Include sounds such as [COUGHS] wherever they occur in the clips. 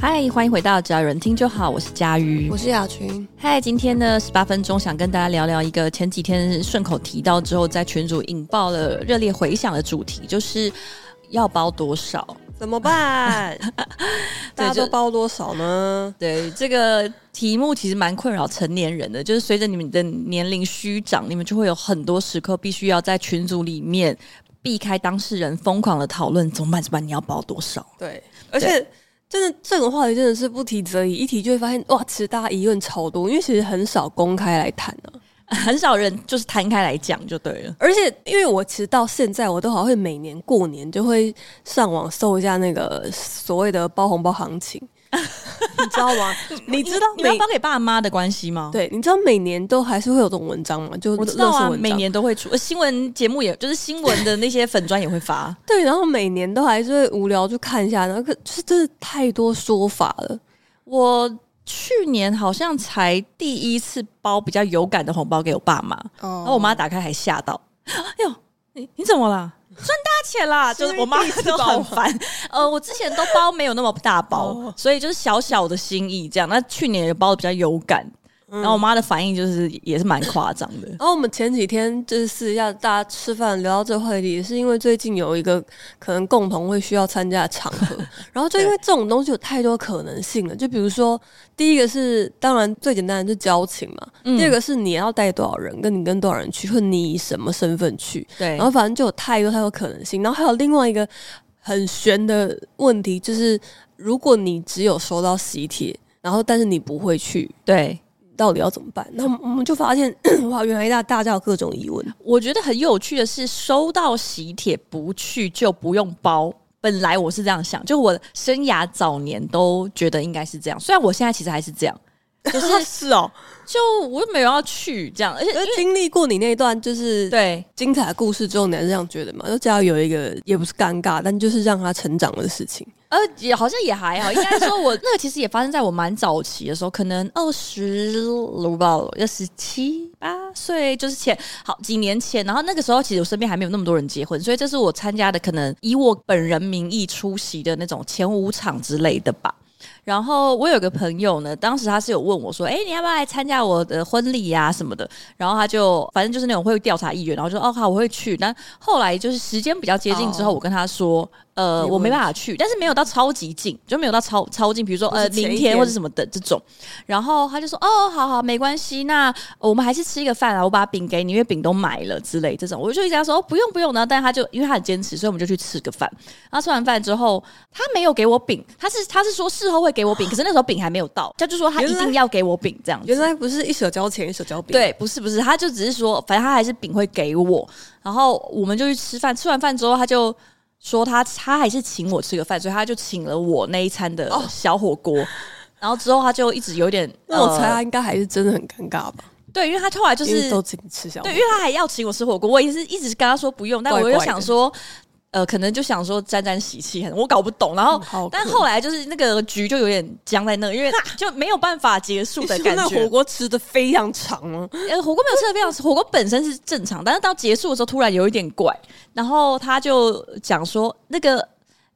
嗨，欢迎回到只要有人听就好，我是佳瑜我。是雅群，嗨，今天呢十八分钟想跟大家聊聊一个前几天顺口提到之后，在群组引爆了热烈回响的主题，就是要包多少。怎么 [LAUGHS] 办？大家就都包多少呢？对这个题目其实蛮困扰成年人的，就是随着你们的年龄虚长，你们就会有很多时刻必须要在群组里面避开当事人疯狂的讨论，怎么办？怎么办？你要包多少？ [LAUGHS] [LAUGHS] 对，而且真的这种话题真的是不提则已，一提就会发现哇，其实大家疑问超多，因为其实很少公开来谈啊。很少人就是摊开来讲就对了。而且因为我其实到现在，我都还会每年过年就会上网搜一下那个所谓的包红包行 [LAUGHS] 情，你知道吗？ [LAUGHS] 你知道你们每要包给爸妈的关系吗？对，你知道每年都还是会有这种文章吗？就我知道垃圾啊，文章。每年都会出呃新闻节目也，就是新闻的那些粉砖也会发对，然后每年都还是会无聊就看一下，然后可就是真的太多说法了。 [LAUGHS] 我去年好像才第一次包比较有感的红包给我爸妈，然哦后我妈打开还吓到， [GASPS] 哎呦，你你怎么啦？赚大钱啦！ [LAUGHS] 是就因为是我妈第一次都包很吗烦，呃，我之前都包没有那么大包，哦所以就是小小的心意这样。那去年也包的比较有感，嗯然后我妈的反应就是也是蛮夸张的。然后我们前几天就是私底下大家吃饭聊到这个话题，也是因为最近有一个可能共同会需要参加的场合，然后就因为这种东西有太多可能性了。就比如说，第一个是当然最简单的就是交情嘛，嗯第二个是你要带多少人，跟你跟多少人去，或你以什么身份去，对，然后反正就有太多太多可能性。然后还有另外一个很悬的问题，就是如果你只有收到喜帖，然后但是你不会去，对，到底要怎么办？那嗯我们就发现，哇，原来大大家有各种疑问。 [LAUGHS] 我觉得很有趣的是，收到喜帖不去就不用包。本来我是这样想，就我生涯早年都觉得应该是这样，虽然我现在其实还是这样，可是是哦，就我又没有要去这样，而且可是经历过你那一段就是对精彩的故事之后，你还是这样觉得嘛？就只要有一个也不是尴尬，但就是让他成长的事 [LAUGHS] 情。呃，也好像也还好，应该说我 [LAUGHS] 那个其实也发生在我蛮早期的时候，可能二十不吧，二十七八岁，就是前好几年前。然后那个时候其实我身边还没有那么多人结婚，所以这是我参加的可能以我本人名义出席的那种前五场之类的吧。然后我有个朋友呢，当时他是有问我说：“哎、你要不要来参加我的婚礼呀、什么的？”然后他就反正就是那种会调查意愿，然后就说：“哦，好，我会去。”但后来就是时间比较接近之后哦我跟他说：“呃，没我没问办法去，但是没有到超级近，就没有到超超近，比如说呃就是前一明天天或者什么的这种。”然后他就说：“哦，好好，没关系，那呃我们还是吃一个饭啊，我把饼给你，因为饼都买了之类这种。”我就一直跟他说：“哦，不用不用。”然后但他就因为他很坚持，所以我们就去吃个饭。然后吃完饭之后，他没有给我饼，他是他是说事后会给我饼，可是那时候饼还没有到，他就说他一原来定要给我饼这样子。原来不是一手交钱一手交饼，，对，呃不是不是，他就只是说，反正他还是饼会给我，然后我们就去吃饭，吃完饭之后他就。说他他还是请我吃个饭，所以他就请了我那一餐的小火锅，然后之后他就一直有点，哦那我猜呃他应该还是真的很尴尬吧？对，因为他后来就因是为都自己吃小对，因为他还要请我吃火锅，我也是一直跟他说不用，但我怪又怪的想说，呃，可能就想说沾沾喜气，我搞不懂。然后，嗯好但可后来就是那个局就有点僵在那，因为就没有办法结束你 [LAUGHS] 的是不感是那觉火。锅吃的非常长吗？呃，火锅没有吃的非常， [LAUGHS] 火锅本身是正常，但是到结束的时候突然有一点怪。然后他就讲说，那个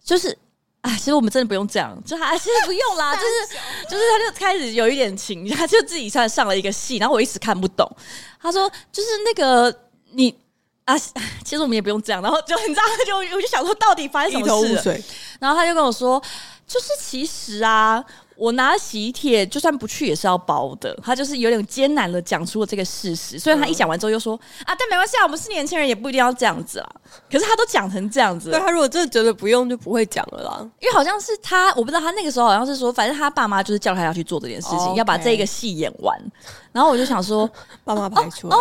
就是。啊，其实我们真的不用这样，就他、啊 [LAUGHS] 其实不用啦，就是就是他就开始有一点情，他就自己上上了一个戏，然后我一直看不懂。他说就是那个你啊， [LAUGHS] 其实我们也不用这样，然后就你知道，就我就想说到底发生什 [LAUGHS] 一么头雾事了水。然后他就跟我说，就是其实啊，我拿喜帖就算不去也是要包的。他就是有点艰难的讲出了这个事实，虽嗯然他一讲完之后又说、啊，但没关系啊，我们是年轻人，也不一定要这样子啦。啊可是他都讲成这样子了对，他哦如果真的觉得不用，就不会讲 [LAUGHS] 了啦。因为好像是他，我不知道他那个时候好像是说，反正他爸妈就是叫他要去做这件事情哦 OK 要把这个戏演完。然后我就想说，爸妈排除哦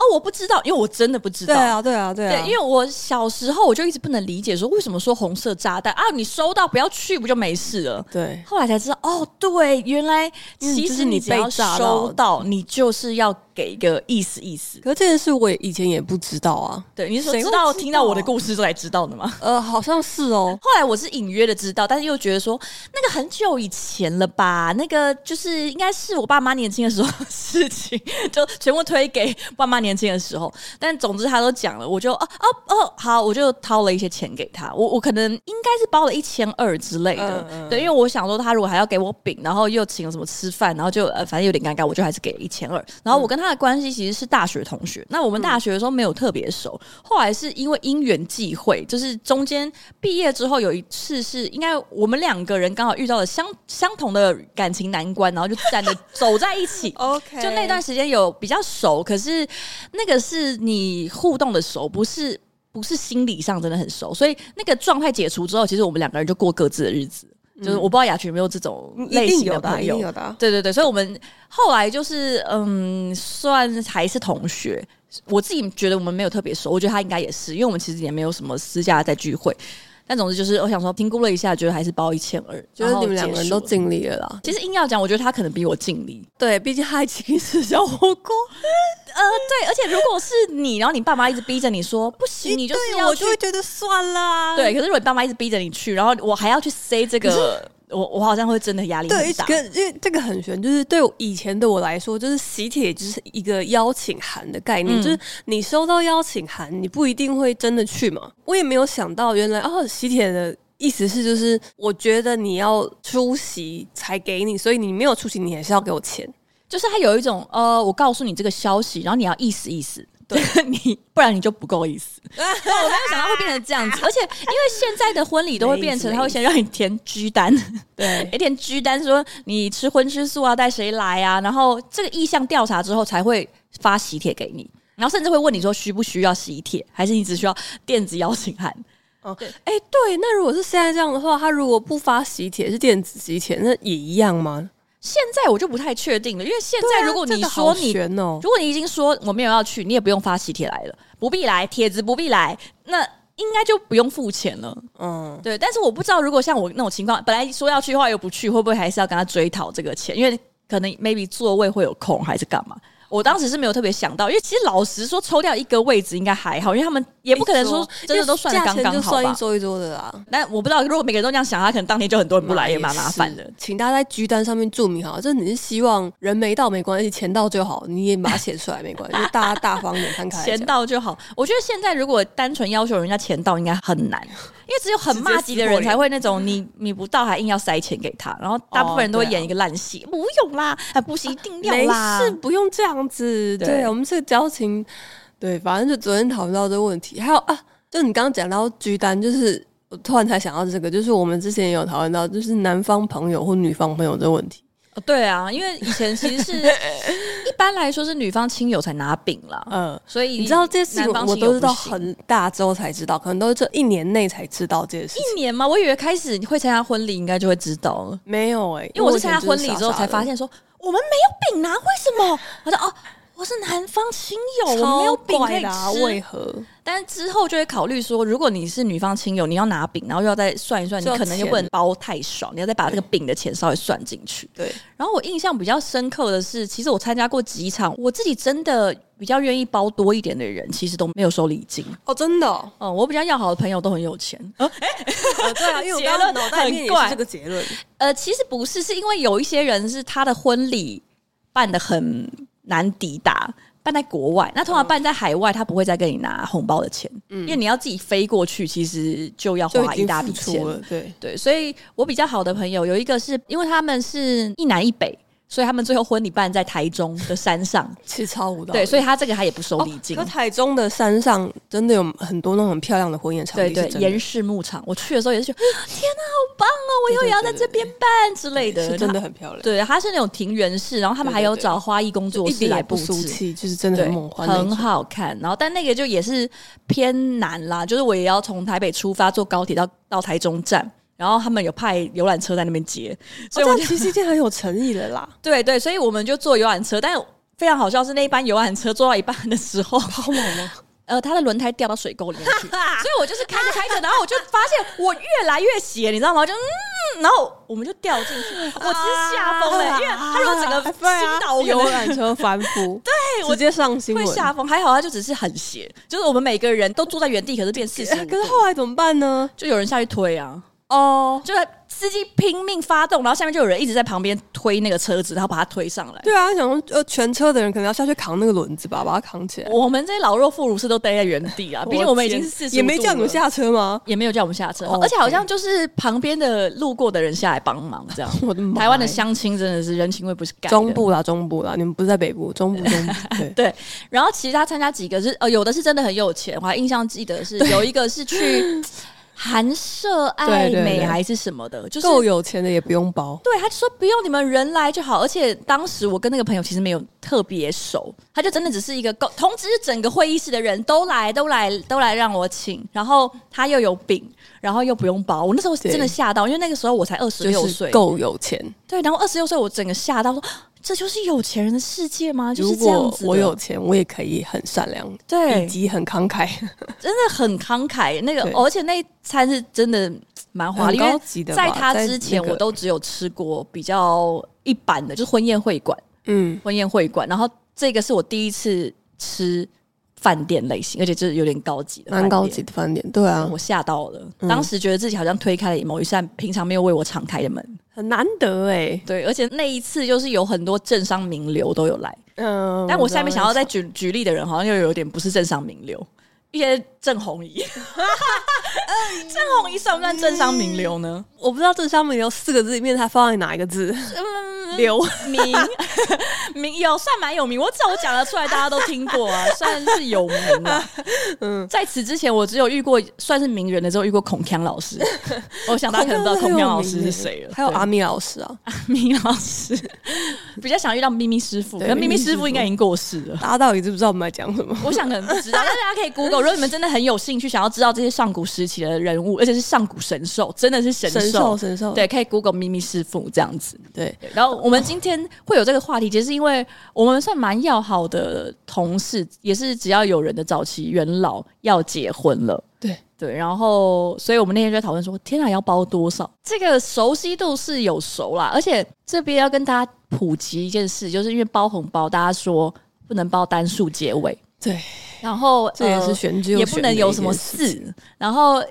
哦，我不知道，因为我真的不知道。对啊，对啊，对啊，对，因为我小时候我就一直不能理解，说为什么说红色炸弹啊，你收到不要去，不就没事了？对后来才知道，哦，对，原来因其为嗯就实是你你只要被炸收到到，你就是要给一个意思意思。可是这件事我也以前也不知道啊。对，你是说谁会知道知听到我的道啊故事之后才知道的吗？ [LAUGHS] 呃，好像是哦。后来我是隐约的知道，但是又觉得说那个很久以前了吧，那个就是应该是我爸妈年轻的时候的事情，就全部推给爸妈年轻的时候。但总之他都讲了，我就哦哦哦，好，我就掏了一些钱给他，我我可能应该是包了一千二之类的，嗯嗯对，因为我想说他如果还要给我饼，然后又请了什么吃饭，然后就呃反正有点尴尬，我就还是给了一千二。然后我跟他的关系其实是大学同学，那我们大学的时候没有特别熟，后来是因为因缘际会，就是中间毕业之后有一次是应该我们两个人刚好遇到了相相同的感情难关，然后就自然的 [LAUGHS] 走在一起。 OK，就那段时间有比较熟，可是那个是你互动的熟，不是不是心理上真的很熟，所以那个状态解除之后，其实我们两个人就过各自的日子。就是我不知道雅群有没有这种一类定型有的的啊，朋一友定，有的啊。对对对，所以我们后来就是嗯，算还是同学。我自己觉得我们没有特别熟，我觉得他应该也是，因为我们其实也没有什么私下在聚会。但总之就是，我想说评估了一下，觉得还是包一千二，觉得你们然后两结个人束都了。尽力了啦。其实硬要讲，我觉得他可能比我尽力。对，毕竟他请吃小火锅，呃，对，而且如果是你，然后你爸妈一直逼着你说不行，你就是对要我去就会觉得算啦。对。可是如果你爸妈一直逼着你去，然后我还要去塞这个，我我好像会真的压力对很，大。可因为这个很悬，就是对我以前的我来说，就是喜帖就是一个邀请函的概念，嗯就是你收到邀请函，你不一定会真的去嘛。我也没有想到，原来哦，喜帖的意思是就是，我觉得你要出席才给你，所以你没有出席，你还是要给我钱。就是他有一种呃，我告诉你这个消息，然后你要意思意思。对 [LAUGHS] 你，不然你就不够意 [LAUGHS] 思。对我没有想到会变成这样子，而且因为现在的婚礼都会没意思变成，没他会意思先让你填居单，对，填居单说你吃荤吃素啊，带谁来啊，然后这个意向调查之后才会发喜帖给你，然后甚至会问你说需不需要喜帖，还是你只需要电子邀请函？哦对，哎、对，那如果是现在这样的话，他如果不发喜帖，是电子喜帖，那也一样吗？现在我就不太确定了，因为现在如果对啊你这个说好你悬哦，如果你已经说我没有要去，你也不用发喜帖来了，不必来，帖子不必来，那应该就不用付钱了。嗯，对，但是我不知道，如果像我那种情况，本来说要去的话又不去，会不会还是要跟他追讨这个钱？因为可能 maybe 座位会有空，还是干嘛？我当时是没有特别想到，因为其实老实说，抽掉一个位置应该还好，因为他们也不可能说真的都算的刚因为价刚钱就好算吧一。桌一桌的啦。但我不知道，如果每个人都这样想，他可能当天就很多人不来，也蛮麻烦的是。，请大家在居单上面注明好，这你是希望人没到没关系，钱到就好，你也把它写出来没关系，就大家大方点摊开来讲 [LAUGHS] 钱到就好。我觉得现在如果单纯要求人家钱到，应该很难，因为只有很直接骂级的撕破人脸才会那种你你不到还硬要塞钱给他，然后大部分哦人都会演一个烂戏，不用啦，啊不行，一定要啊没啦。事，不用这样子。对对我们这个交情，对，反正就昨天讨论到这个问题，还有啊，就你刚刚讲到居单，就是我突然才想到这个，就是我们之前也有讨论到，就是男方朋友或女方朋友的问题。哦对啊，因为以前其实 [LAUGHS] 是一般来说是女方亲友才拿饼啦，嗯、所以你知道这件事男情方，我亲友都是到不行很大之后才知道，可能都是这一年内才知道这件事情。一年吗？我以为开始你会参加婚礼，应该就会知道了。没有哎、因为我是以前参加就婚礼之后傻傻才的发现说，我们没有饼啊，为什么？我说哦，我是男方亲哦友，我们没有超饼可怪以的啊吃。为何？但之后就会考虑说，如果你是女方亲友，你要拿饼，然后又要再算一算，你就要可能又钱不能包太少，你要再把这个饼的钱稍微算进去。对，然后我印象比较深刻的是，其实我参加过几场，我自己真的比较愿意包多一点的人，其实都没有收礼金。哦，真的、哦嗯，我比较要好的朋友都很有钱。对 [LAUGHS] 啊，因为我刚刚脑袋里面也是这个结论，呃，其实不是，是因为有一些人是他的婚礼办的很难抵达，办在国外。那通常办在海外，他不会再跟你拿红包的钱，因为你要自己飞过去，其实嗯就要就花一已经大付笔钱出。了，对，对，所以我比较好的朋友有一个是因为他们是一南一北，所以他们最后婚礼办在台中的山上。其实超无道理。对，所以他这个他也不收哦礼金。可台中的山上真的有很多那种很漂亮的婚宴场对地，对是，真的严氏牧场，我去的时候也是觉得，啊天哪，好棒哦！我以后也要在这边办之类的，是真的很漂亮，对，它是那种庭园式，然后他们对对还有对找花艺工作一室点来也布不俗置。气，就是真的对很梦，幻那种，很好看。然后，但那个就也是偏南啦，就是我也要从台北出发，坐高铁到到台中站，然后他们有派游览车在那边接，所所以以我我就、其实已经很有诚意了 [LAUGHS] 啦。对对，所以我们就坐游览车，但非常好笑是那一班游览车坐到一半的时候，好猛吗？ [LAUGHS] 呃，它的轮胎掉 [LAUGHS] 啊到水沟里面去，所以我就是开着开着，然后我就发现我越来越斜，你知道吗？我就嗯，嗯，然后我们就掉进去，啊我其实吓疯了，因为他如果 [LAUGHS] 整个倾倒，我可游能览车翻 [LAUGHS] 覆，对我直接上新闻会。吓疯。还好他就只是很斜，就是我们每个人都坐在原地，可是变四十， [LAUGHS] 可是后来怎么办呢？就有人下去推啊，哦，就是司机拼命发动，然后下面就有人一直在旁边推那个车子，然后把它推上来。对啊，想说呃，全车的人可能要下去扛那个轮子吧，把它扛起来。我们这些老弱妇孺是都待在原地啊，毕竟我们已经是四十，也没叫你们。下车吗？也没有叫我们下车 OK 而且好像就是旁边的路过的人下来帮忙，这样。 [LAUGHS] 我的妈！台湾的相亲真的是人情味不是盖的。中部啦，中部啦，你们不是在北部，中 [LAUGHS] 部中部。对，对，然后其他参加几个是呃，有的是真的很有钱，我还印象记得是有一个是去 [COUGHS] 韩舍爱对对美对还是什么的，就是够有钱的也不用包。对，他就说不用你们人来就好。而且当时我跟那个朋友其实没有特别熟，他就真的只是一个公通知整个会议室的人都来都来都来让我请，然后他又有饼，然后又不用包。我那时候对真的吓到，因为那个时候我才二十六就岁是，够有钱。对，然后二十六岁我整个吓到说。这就是有钱人的世界吗？就是如这样果子的。我有钱，我也可以很善良，对以及很慷慨， [LAUGHS] 真的很慷慨，那个、对哦而且那一餐是真的蛮华丽，因很高为级的吧。在他之前那个我都只有吃过比较一般的，就是婚宴会馆。嗯，婚宴会馆，然后这个是我第一次吃饭店类型，而且就是有点高级的，蛮高级。的嗯饭店，对啊我，吓到了，当时觉得自己好像推开了某一扇平常没有为我敞开的门。很难得哎。对，而且那一次就是有很多政商名流都有来，嗯，但我下面想要再在举举例的人，好像又有点不是政商名流，一些郑红 [LAUGHS] 怡。郑红怡算不算政商名流呢？我不知道这上面有四个字里面它放在哪一个字， [LAUGHS] 流名 [LAUGHS] 名有算蛮有名，我至少我讲得出来，大家都听过啊，算是有名 [LAUGHS] 的。嗯，在此之前，我只有遇过算是名人的，只有遇过孔锵老 [LAUGHS] 师。我想大家可能知道孔锵老师是谁了，还有对阿米老师啊，明老师，比较想遇到咪咪师傅，对可咪咪咪咪师师傅应该已经过世了。大家到底知不知道我们在讲什么？我想可能不知道，但大家可以 Google。如果你们真的很有兴趣，想要知道这些上古时期的人物，而且是上古神兽，真的是神兽，神兽神兽对，可以 Google 咪咪师傅这样子。对，对然后我们今天会有这个话题，其实是因为我们算蛮要好的同事，也是只要有人的早期元老要结婚了。对对，然后，所以我们那天就在讨论说，天啊，要包多少？这个熟悉度是有熟啦，而且这边要跟大家普及一件事，就是因为包红包，大家说不能包单数结尾，对，然后这也呃是选举，也不能有什么四，然后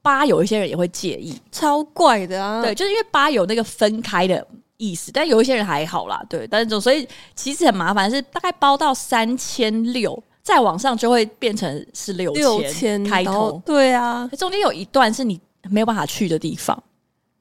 八有一些人也会介意，超怪的啊。对，，就是因为八有那个分开的意思，但有一些人还好啦，对，但是总所以其实很麻烦，是大概包到三千六，再往上就会变成是六六千开然后头，对啊，中间有一段是你没有办法去的地方。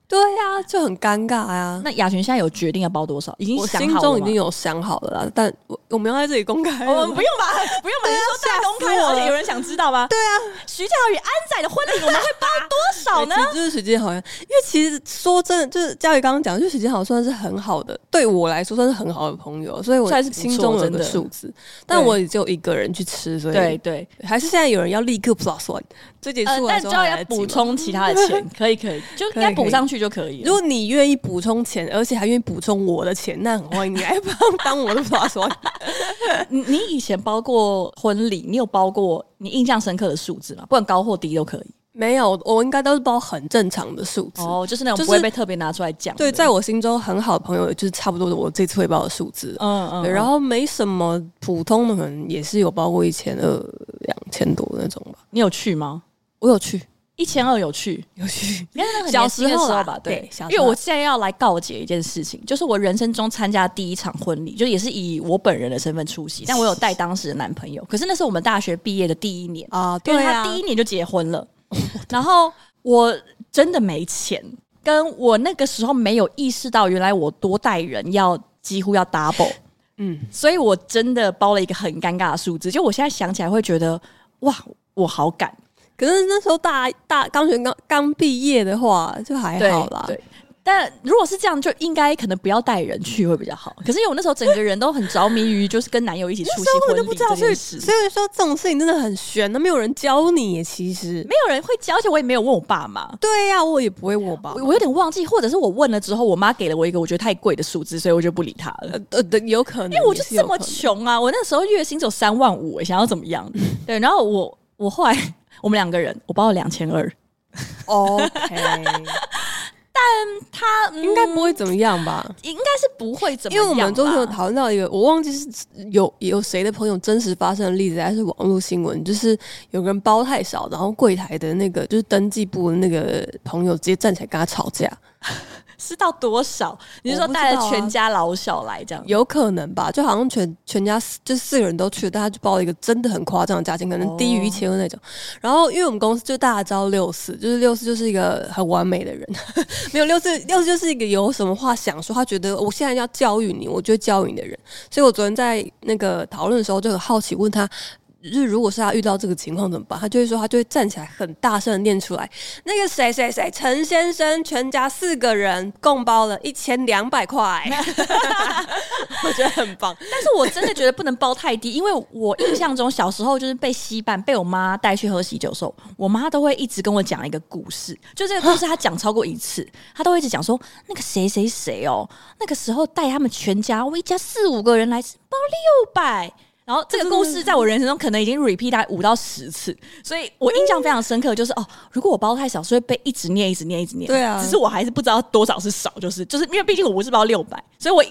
对啊，就很尴尬啊。那雅群现在有决定要包多少？已经我想心好了中已吗经有想好了啦，但我我们要在这里公开了吗，我们不用吧，不用吧，你说大公 [LAUGHS] 开了，而且有人想知道吗？对啊，徐佳宇安仔的婚礼我们会包多少呢？每次就是许建豪，因为其实说真的，就是佳宇刚刚讲，就是许建豪算是很好的，对我来说算是很好的朋友，所以我算是不错心中有真个的数字，但我也只有一个人去吃，所以对，对，还是现在有人要立刻 plus one，这结呃束，完但之就后还要来得及补吗。充其他的钱，可以可以，就应该可以可以补上去就可以了。如果你愿意补充钱，而且还愿意补充我的钱，那很欢迎你来帮当我的 plus [LAUGHS] one。你你以前包过婚礼，你有包过你印象深刻的数字吗？不管高或低都可以。没有，我应该都是包很正常的数字。哦，就是那就种是不会被特别拿出来讲的。对，在我心中很好的朋友，就是差不多我这次会包的数字。嗯嗯，对，然后没什么普通的，可能也是有包括一千二、两千多那种吧。你有去吗？我有去，一千二有去，有去，应该是很小年轻的时候时候啦吧，对对，小因时为候我现在要来告解一件事情，就是我人生中参加的第一场婚礼，就也是以我本人的身份出席，但我有带当时的男朋友，可是那是我们大学毕业的第一年啊 [LAUGHS] 因为对他啊第一年就结婚 [LAUGHS] 了，然后我真的没钱，跟我那个时候没有意识到，原来我多带人要几乎要 [LAUGHS] double，嗯，所以我真的包了一个很尴尬的数字，就我现在想起来会觉得哇，我好敢。可是那时候大大刚学刚刚毕业的话，就还对好啦。对。但如果是这样，就应该可能不要带人去会比较好。可是因为我那时候整个人都很着迷于就是跟男友一起出那席时候我婚就礼不知道，这所以件事，所以说这种事情真的很悬，那没有人教你耶。其实，没有人会教，而且我也没有问我爸妈。对呀、我也不会我吧我。我有点忘记，或者是我问了之后，我妈给了我一个我觉得太贵的数字，所以我就不理她了。呃呃，对有可能，因为我就也是这有么可能穷 [LAUGHS] 啊，我那时候月薪只有三万五、欸想要怎么样？对，然后我我 [LAUGHS] 后来我们两个人，我包了两千二， OK，他、嗯应该不会怎么样吧？应该是不会怎么嗯因为样我吧，们中间有讨论到一个，我忘记是有有谁的朋友真实发生的例子，还是网络新闻，就是有个人包太少，然后柜台的那个就是登记部的那个朋友直接站起来跟他吵架，是到多少？你是说我不知带道着啊全家老小来这样？有可能吧？就好像全全家四就四个人都去了，但他就报了一个真的很夸张的价钱，可能低于一千二那种。然后因为我们公司就大家知道六四，就是六四就是一个很完美的人， [LAUGHS] 没有六四六四就是一个有什么话想说，他觉得我现在要教育你，我就会教育你的人。所以我昨天在那个讨论的时候就很好奇问他。就是如果是他遇到这个情况怎么办？他就会说，他就会站起来很大声的念出来，那个谁谁谁陈先生全家四个人共包了一千两百块， [LAUGHS] 我觉得很棒。但是我真的觉得不能包太低，因 [LAUGHS] 为我印象中小时候就是被稀饭，被我妈带去喝喜酒的时候，我妈都会一直跟我讲一个故事，就这个故事她讲超过一次，她都会一直讲说那个谁谁谁哦，那个时候带他们全家，我一家四五个人来包六百。然后这个故事在我人生中可能已经 repeat 大概五到十次，所以我印象非常深刻，就是哦，如果我包太少，是会被一直念、一直念、一直念。对啊只是我还是不知道多少是少，就是就是因为毕竟我不是包六百，所以我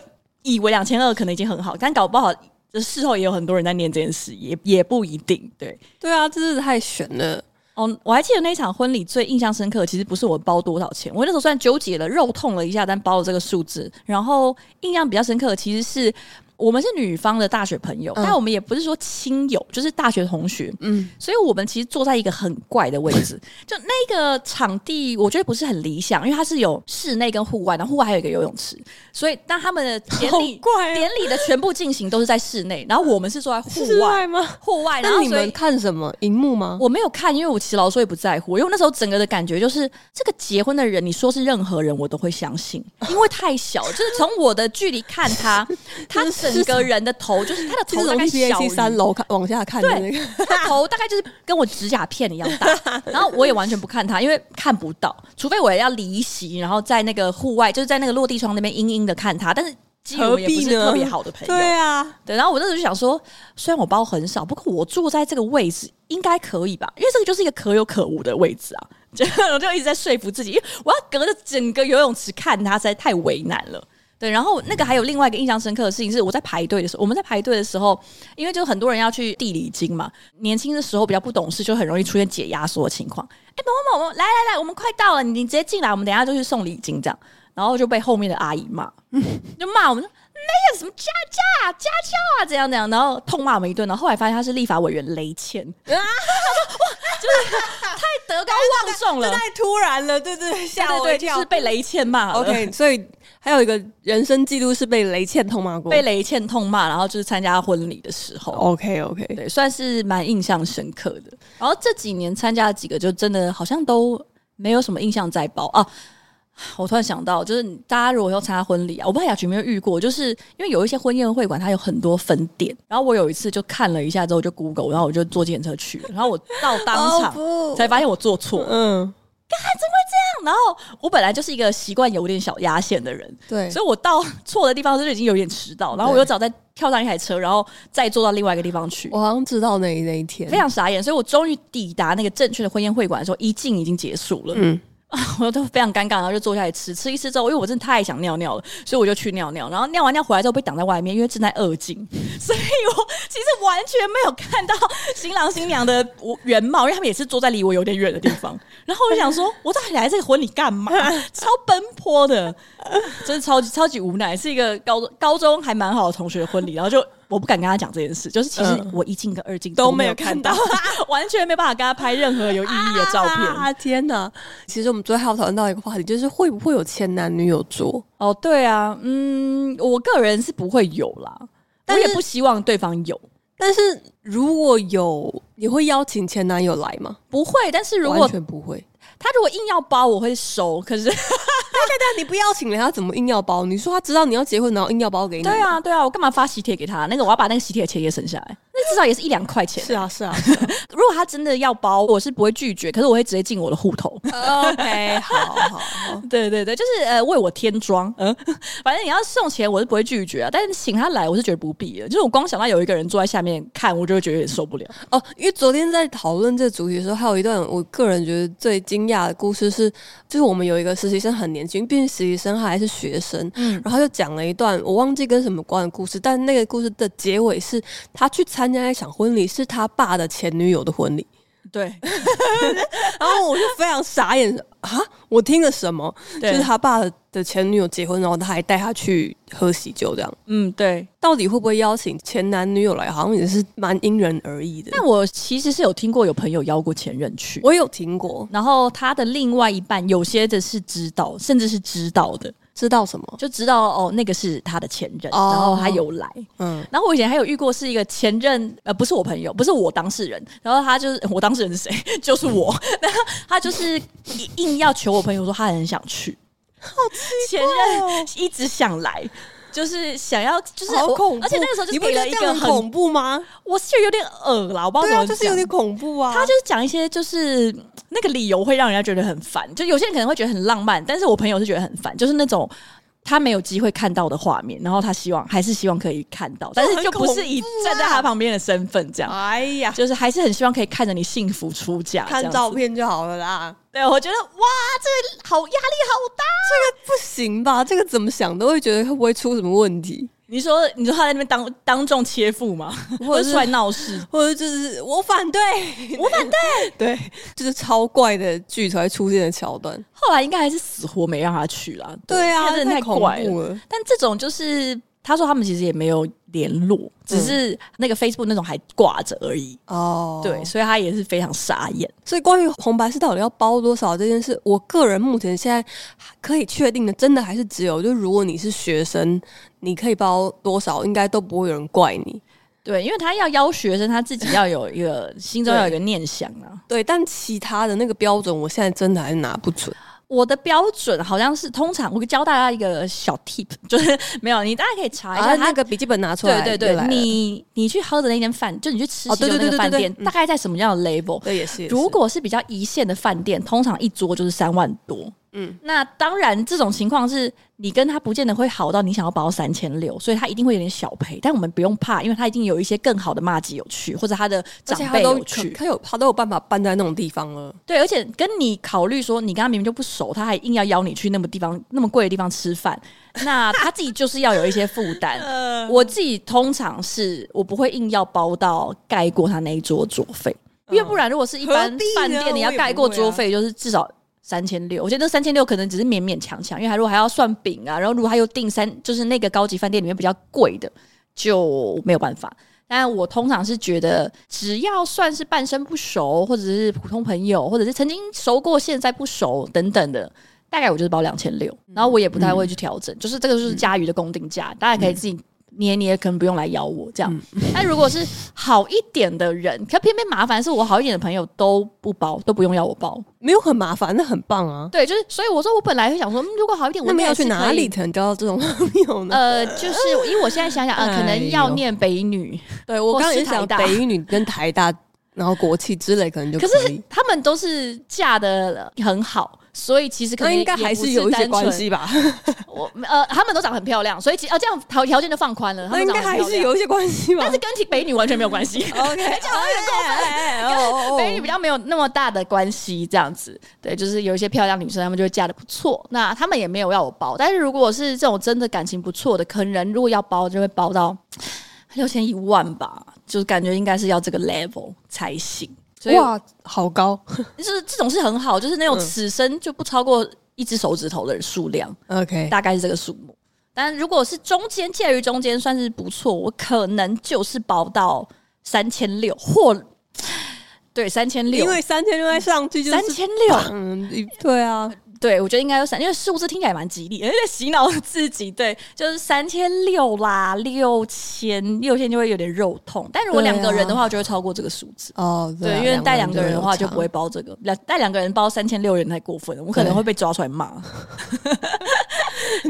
以为两千二可能已经很好，但搞不好就事后也有很多人在念这件事，也也不一定。对，对啊，真是太悬了。哦，我还记得那一场婚礼最印象深刻，其实不是我包多少钱，我那时候算纠结了，肉痛了一下，但包了这个数字。然后印象比较深刻，其实是我们是女方的大学朋友，嗯但我们也不是说亲友，就是大学同学。嗯，所以我们其实坐在一个很怪的位 [CLEARS THROAT] 置，就那个场地我觉得不是很理想，因为它是有室内跟户外，然后户外还有一个游泳池，所以那他们的 [LAUGHS] 典礼、怪啊哦典礼的全部进行都是在室内，然后我们是坐在户 [LAUGHS] 是啊外，外吗？户外，然那后你所们以。看什么？荧幕吗？我没有看，因为我其实老实说也不在乎，因为我那时候整个的感觉就是，这个结婚的人，你说是任何人，我都会相信，因为太小，就是从我的距离看 [LAUGHS] 他，他整个人的头就是他的就是头大从概 P A 小 C 于三楼看往下看的 [LAUGHS] 那个，他头大概就是跟我指甲片一样 [LAUGHS] 大，然后我也完全不看他，因为看不到，除非我要离席，然后在那个户外，就是在那个落地窗那边阴阴的看他，但是。基于我们也不何是必呢特别好的朋友，啊，对。然后我那时候就想说，虽然我包很少，不过我坐在这个位置应该可以吧，因为这个就是一个可有可无的位置啊。 [LAUGHS] 这样我就一直在说服自己，因为我要隔着整个游泳池看他，实在太为难了。对，然后那个还有另外一个印象深刻的事情是，我在排队的时候，我们在排队的时候，因为就很多人要去地理经嘛，年轻的时候比较不懂事，就很容易出现解压缩的情况。哎，某某某，来来来，我们快到了，你你直接进来，我们等一下就去送礼金这样，然后就被后面的阿姨骂，嗯 [LAUGHS] 就骂我们说那个什么家家家教啊，怎样怎样，然后痛骂我们一顿，然后后来发现他是立法委员雷倩， [LAUGHS] 啊，就是太德高望重了，太突然了，对 [LAUGHS] 对，吓对对，就是被雷倩骂了 OK，所以还有一个人生记录是被雷倩痛骂过。被雷倩痛骂，然后就是参加婚礼的时候， OK OK，对，算是蛮印象深刻的。然后这几年参加了几个，就真的好像都没有什么印象在包啊。我突然想到，就是大家如果要参加婚礼啊，我不知道雅群有没有遇过，就是因为有一些婚宴会馆它有很多分店，然后我有一次就看了一下之后就 Google，然后我就坐电车去了，然后我到当 [LAUGHS] 场哦不才发现我坐错了，嗯， [LAUGHS] 然后我本来就是一个习惯有点小压线的人，对所以我到错的地方就已经有点迟到，然后我对又早在跳上一台车，然后再坐到另外一个地方去，我好像知道那那一天非，常傻眼，所以我终于抵达那个正确的婚宴会馆的时候，一进已经结束了，嗯， [LAUGHS] 我都非常尴尬，然后就坐下来吃，吃一吃之后，因为我真的太想尿尿了，所以我就去尿尿，然后尿完尿回来之后被挡在外面，因为正在二进， [LAUGHS] 所以我其实完全没有看到新郎新娘的原貌，因为他们也是坐在离我有点远的地 [LAUGHS] 方，然后我就想说，我到底来这个婚礼干嘛？超奔波的，真的超级超级无奈，是一个高中高中还蛮好的同学的婚礼，然后就我不敢跟他讲这件事，就是其实嗯我一进跟二进都都没没有有看看 [LAUGHS] 到到，完全没有办法跟他拍任何有意义的照片。啊天哪！其实我们昨天还有讨论到一个话题，就是会不会有前男女友桌？哦，对啊，嗯，我个人是不会有啦，但但是也不希望对方有，但是如果有，你会邀请前男友来吗？不会。但是如果完全不会。他如果硬要包，我会收。可 [LAUGHS] 是，但你不邀请了，他怎么硬要包？你说他知道你要结婚，然后硬要包给 [LAUGHS] 你？对，啊，对啊，我干嘛发喜帖给他？那个我要把那个喜帖的钱也省下来，那至少也是一两块钱。是啊，是啊。如果他真的要包，我是不会拒绝，可是我会直接进我的户头。 [LAUGHS] OK，好好好， [LAUGHS] 对对对，就是呃为我添妆，嗯， [LAUGHS] 反正你要送钱我是不会拒绝啊，但是请他来我是觉得不必的，就是我光想到有一个人坐在下面看，我就会觉得有点受不了。哦，因为昨天在讨论这个主题的时候，还有一段我个人觉得最惊讶的故事是，就是我们有一个实习生很年轻，毕竟实习生他还是学生，嗯然后就讲了一段我忘记跟什么关的故事，但那个故事的结尾是他去参加一场婚礼，是他爸的前女友的婚礼， [LAUGHS] 对，然后我就非常傻眼啊，我听了什么？就对是他爸的前女友结婚，然后他还带他去喝喜酒，这样嗯对。到底会不会邀请前男女友来，好像也是蛮因人而异的。但我其实是有听过有朋友邀过前任去，我有听过，然后他的另外一半有些的是知道，甚至是知道的，知道什么？就知道哦那个是他的前任，哦然后他有来。嗯，然后我以前还有遇过是一个前任，呃，不是我朋友，不是我当事人，然后他就是 [LAUGHS] 我当事人是谁，就是我， [LAUGHS] 然后他就是硬要求我朋友说他很想去，好奇前任一直想来。就是想要，就是哦好我恐怖！而且那个时候就你不给觉了得一这个样很很恐怖吗？我是觉得有点恶啦，我不知对道啊，怎么就是有讲点恐怖啊。他就是讲一些就是嗯那个理由会让人家觉得很烦，就有些人可能会觉得很浪漫，但是我朋友是觉得很烦，就是那种。他没有机会看到的画面，然后他希望还是希望可以看到，但是就不是以恐怖啊站在他旁边的身份这样，哎呀，就是还是很希望可以看着你幸福出嫁。看这样子照，片就好了啦。对我觉得哇，这个好压力好大。不行吧？这个怎么想都会觉得会不会出什么问题，你说，你说他在那边当当众切腹吗？[LAUGHS] 或或者者是出来闹事？或者就是我反对，我反对， [LAUGHS] 对，就是超怪的剧才会出现的桥段。后来应该还是死活没让他去啦。对啊，因为真的太太恐怪了怖。了。但这种就是他说他们其实也没有联络，只是那个 Facebook 那种还挂着而已。哦，对，，所以他也是非常傻眼。所以关于红白是到底要包多少这件事，我个人目前现在可以确定的，真的还是只有，就如果你是学生，你可以包多少，应该都不会有人怪你。对，因为他要邀学生，他自己要有一个心中要有一个念想啊。对，但其他的那个标准，我现在真的还是拿不准。我的标准好像是，通常我教大家一个小 tip，就是没有你大家可以查一啊，下那他。个笔记本拿出来，对对就对，来了你你去喝的那间饭，就你去吃哦喜对酒对那对个饭对对店，嗯大概在什么样的 level？对也是，也是如果是比较一线的饭店，通常一桌就是三万多。嗯嗯，那当然，这种情况是你跟他不见得会好到你想要包三千六，所以他一定会有点小赔。但我们不用怕，因为他一定有一些更好的骂吉有去，或者他的而长且他辈都有可去。他有他都有办法办在那种地方了。对，而且跟你考虑说，你跟他明明就不熟，他还硬要邀你去那么地方 [LAUGHS] 那么贵的地方吃饭，那他自己就是要有一些负 [LAUGHS] 担。嗯我自己通常是我不会硬要包到盖过他那一桌桌费，因为不然如果是一般嗯何必呢饭店你要盖过桌啊费，就是至少。三千六，我觉得那三千六可能只是勉勉强强，因为还如果还要算饼啊，然后如果还有订三，就是那个高级饭店里面比较贵的，就没有办法。但我通常是觉得，只要算是半生不熟，或者是普通朋友，或者是曾经熟过，现在不熟等等的，大概我就是包两千六，嗯然后我也不太会去调整，就是这个就是佳瑜的公定价，大家可以自己捏捏，可能不用来咬我这样。嗯但如果是好一点的人，可偏偏麻烦是我好一点的朋友都不包，都不用要我包。没有很麻烦，那很棒啊。对，就是所以我说我本来会想说，嗯、如果好一点，我那应么该要还去是哪可以里？才能交到这种朋友呢？呃，就是因为我现在想想，呃，可能哎要呦念北女，对我或刚刚是也想台大北一女跟台大，然后国企之类可能就可以是他们都是嫁的很好，所以其实可那能应该也还不是有一些单纯关。系吧？我呃，他们都长得很漂亮，所以其哦、这样条条件就放宽了。 [LAUGHS] 他那们应长该得很还漂是亮，有一些关系吧 [LAUGHS] 但是？跟其北女完全没有关系。 OK，这样哎 [LAUGHS] 有点过分哎哎哦 [LAUGHS] 北女比较没有那么大的关系，这样子，对，就是有一些漂亮女生，她们就会嫁的不错。那她们也没有要我包，但是如果是这种真的感情不错的，可能如果要包，就会包到六千一万吧，就是感觉应该是要这个 level 才行。所以我哇，好高。 [LAUGHS] 就是这种是很好，就是那种嗯此生就不超过一只手指头的数量， OK，大概是这个数目。但如果是中间介于中间算是不错，我可能就是包到三千六或对三千六，因为三千六再上去就是三千六，嗯， [LAUGHS] 对啊，对我觉得应该有三，因为数字听起来也蛮吉利， [LAUGHS] 而且洗脑自己，对，就是三千六啦，六千六千就会有点肉痛，但如果对啊两个人的话，就会超过这个数字。哦，对，啊因为带两个人的话就就有不会包这个，两带两个人包三千六有点太过分了，我可能会被抓出来骂。 [LAUGHS] 差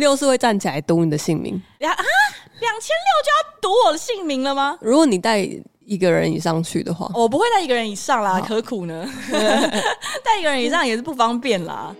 六是会站起来读你的姓名。两啊，两千六就要读我的姓名了吗？哦如果你带一一个人以上去的话，哦 [LAUGHS] [LAUGHS] 我不会带一个人以上啦，何苦呢？带一个人以上也是不方便啦。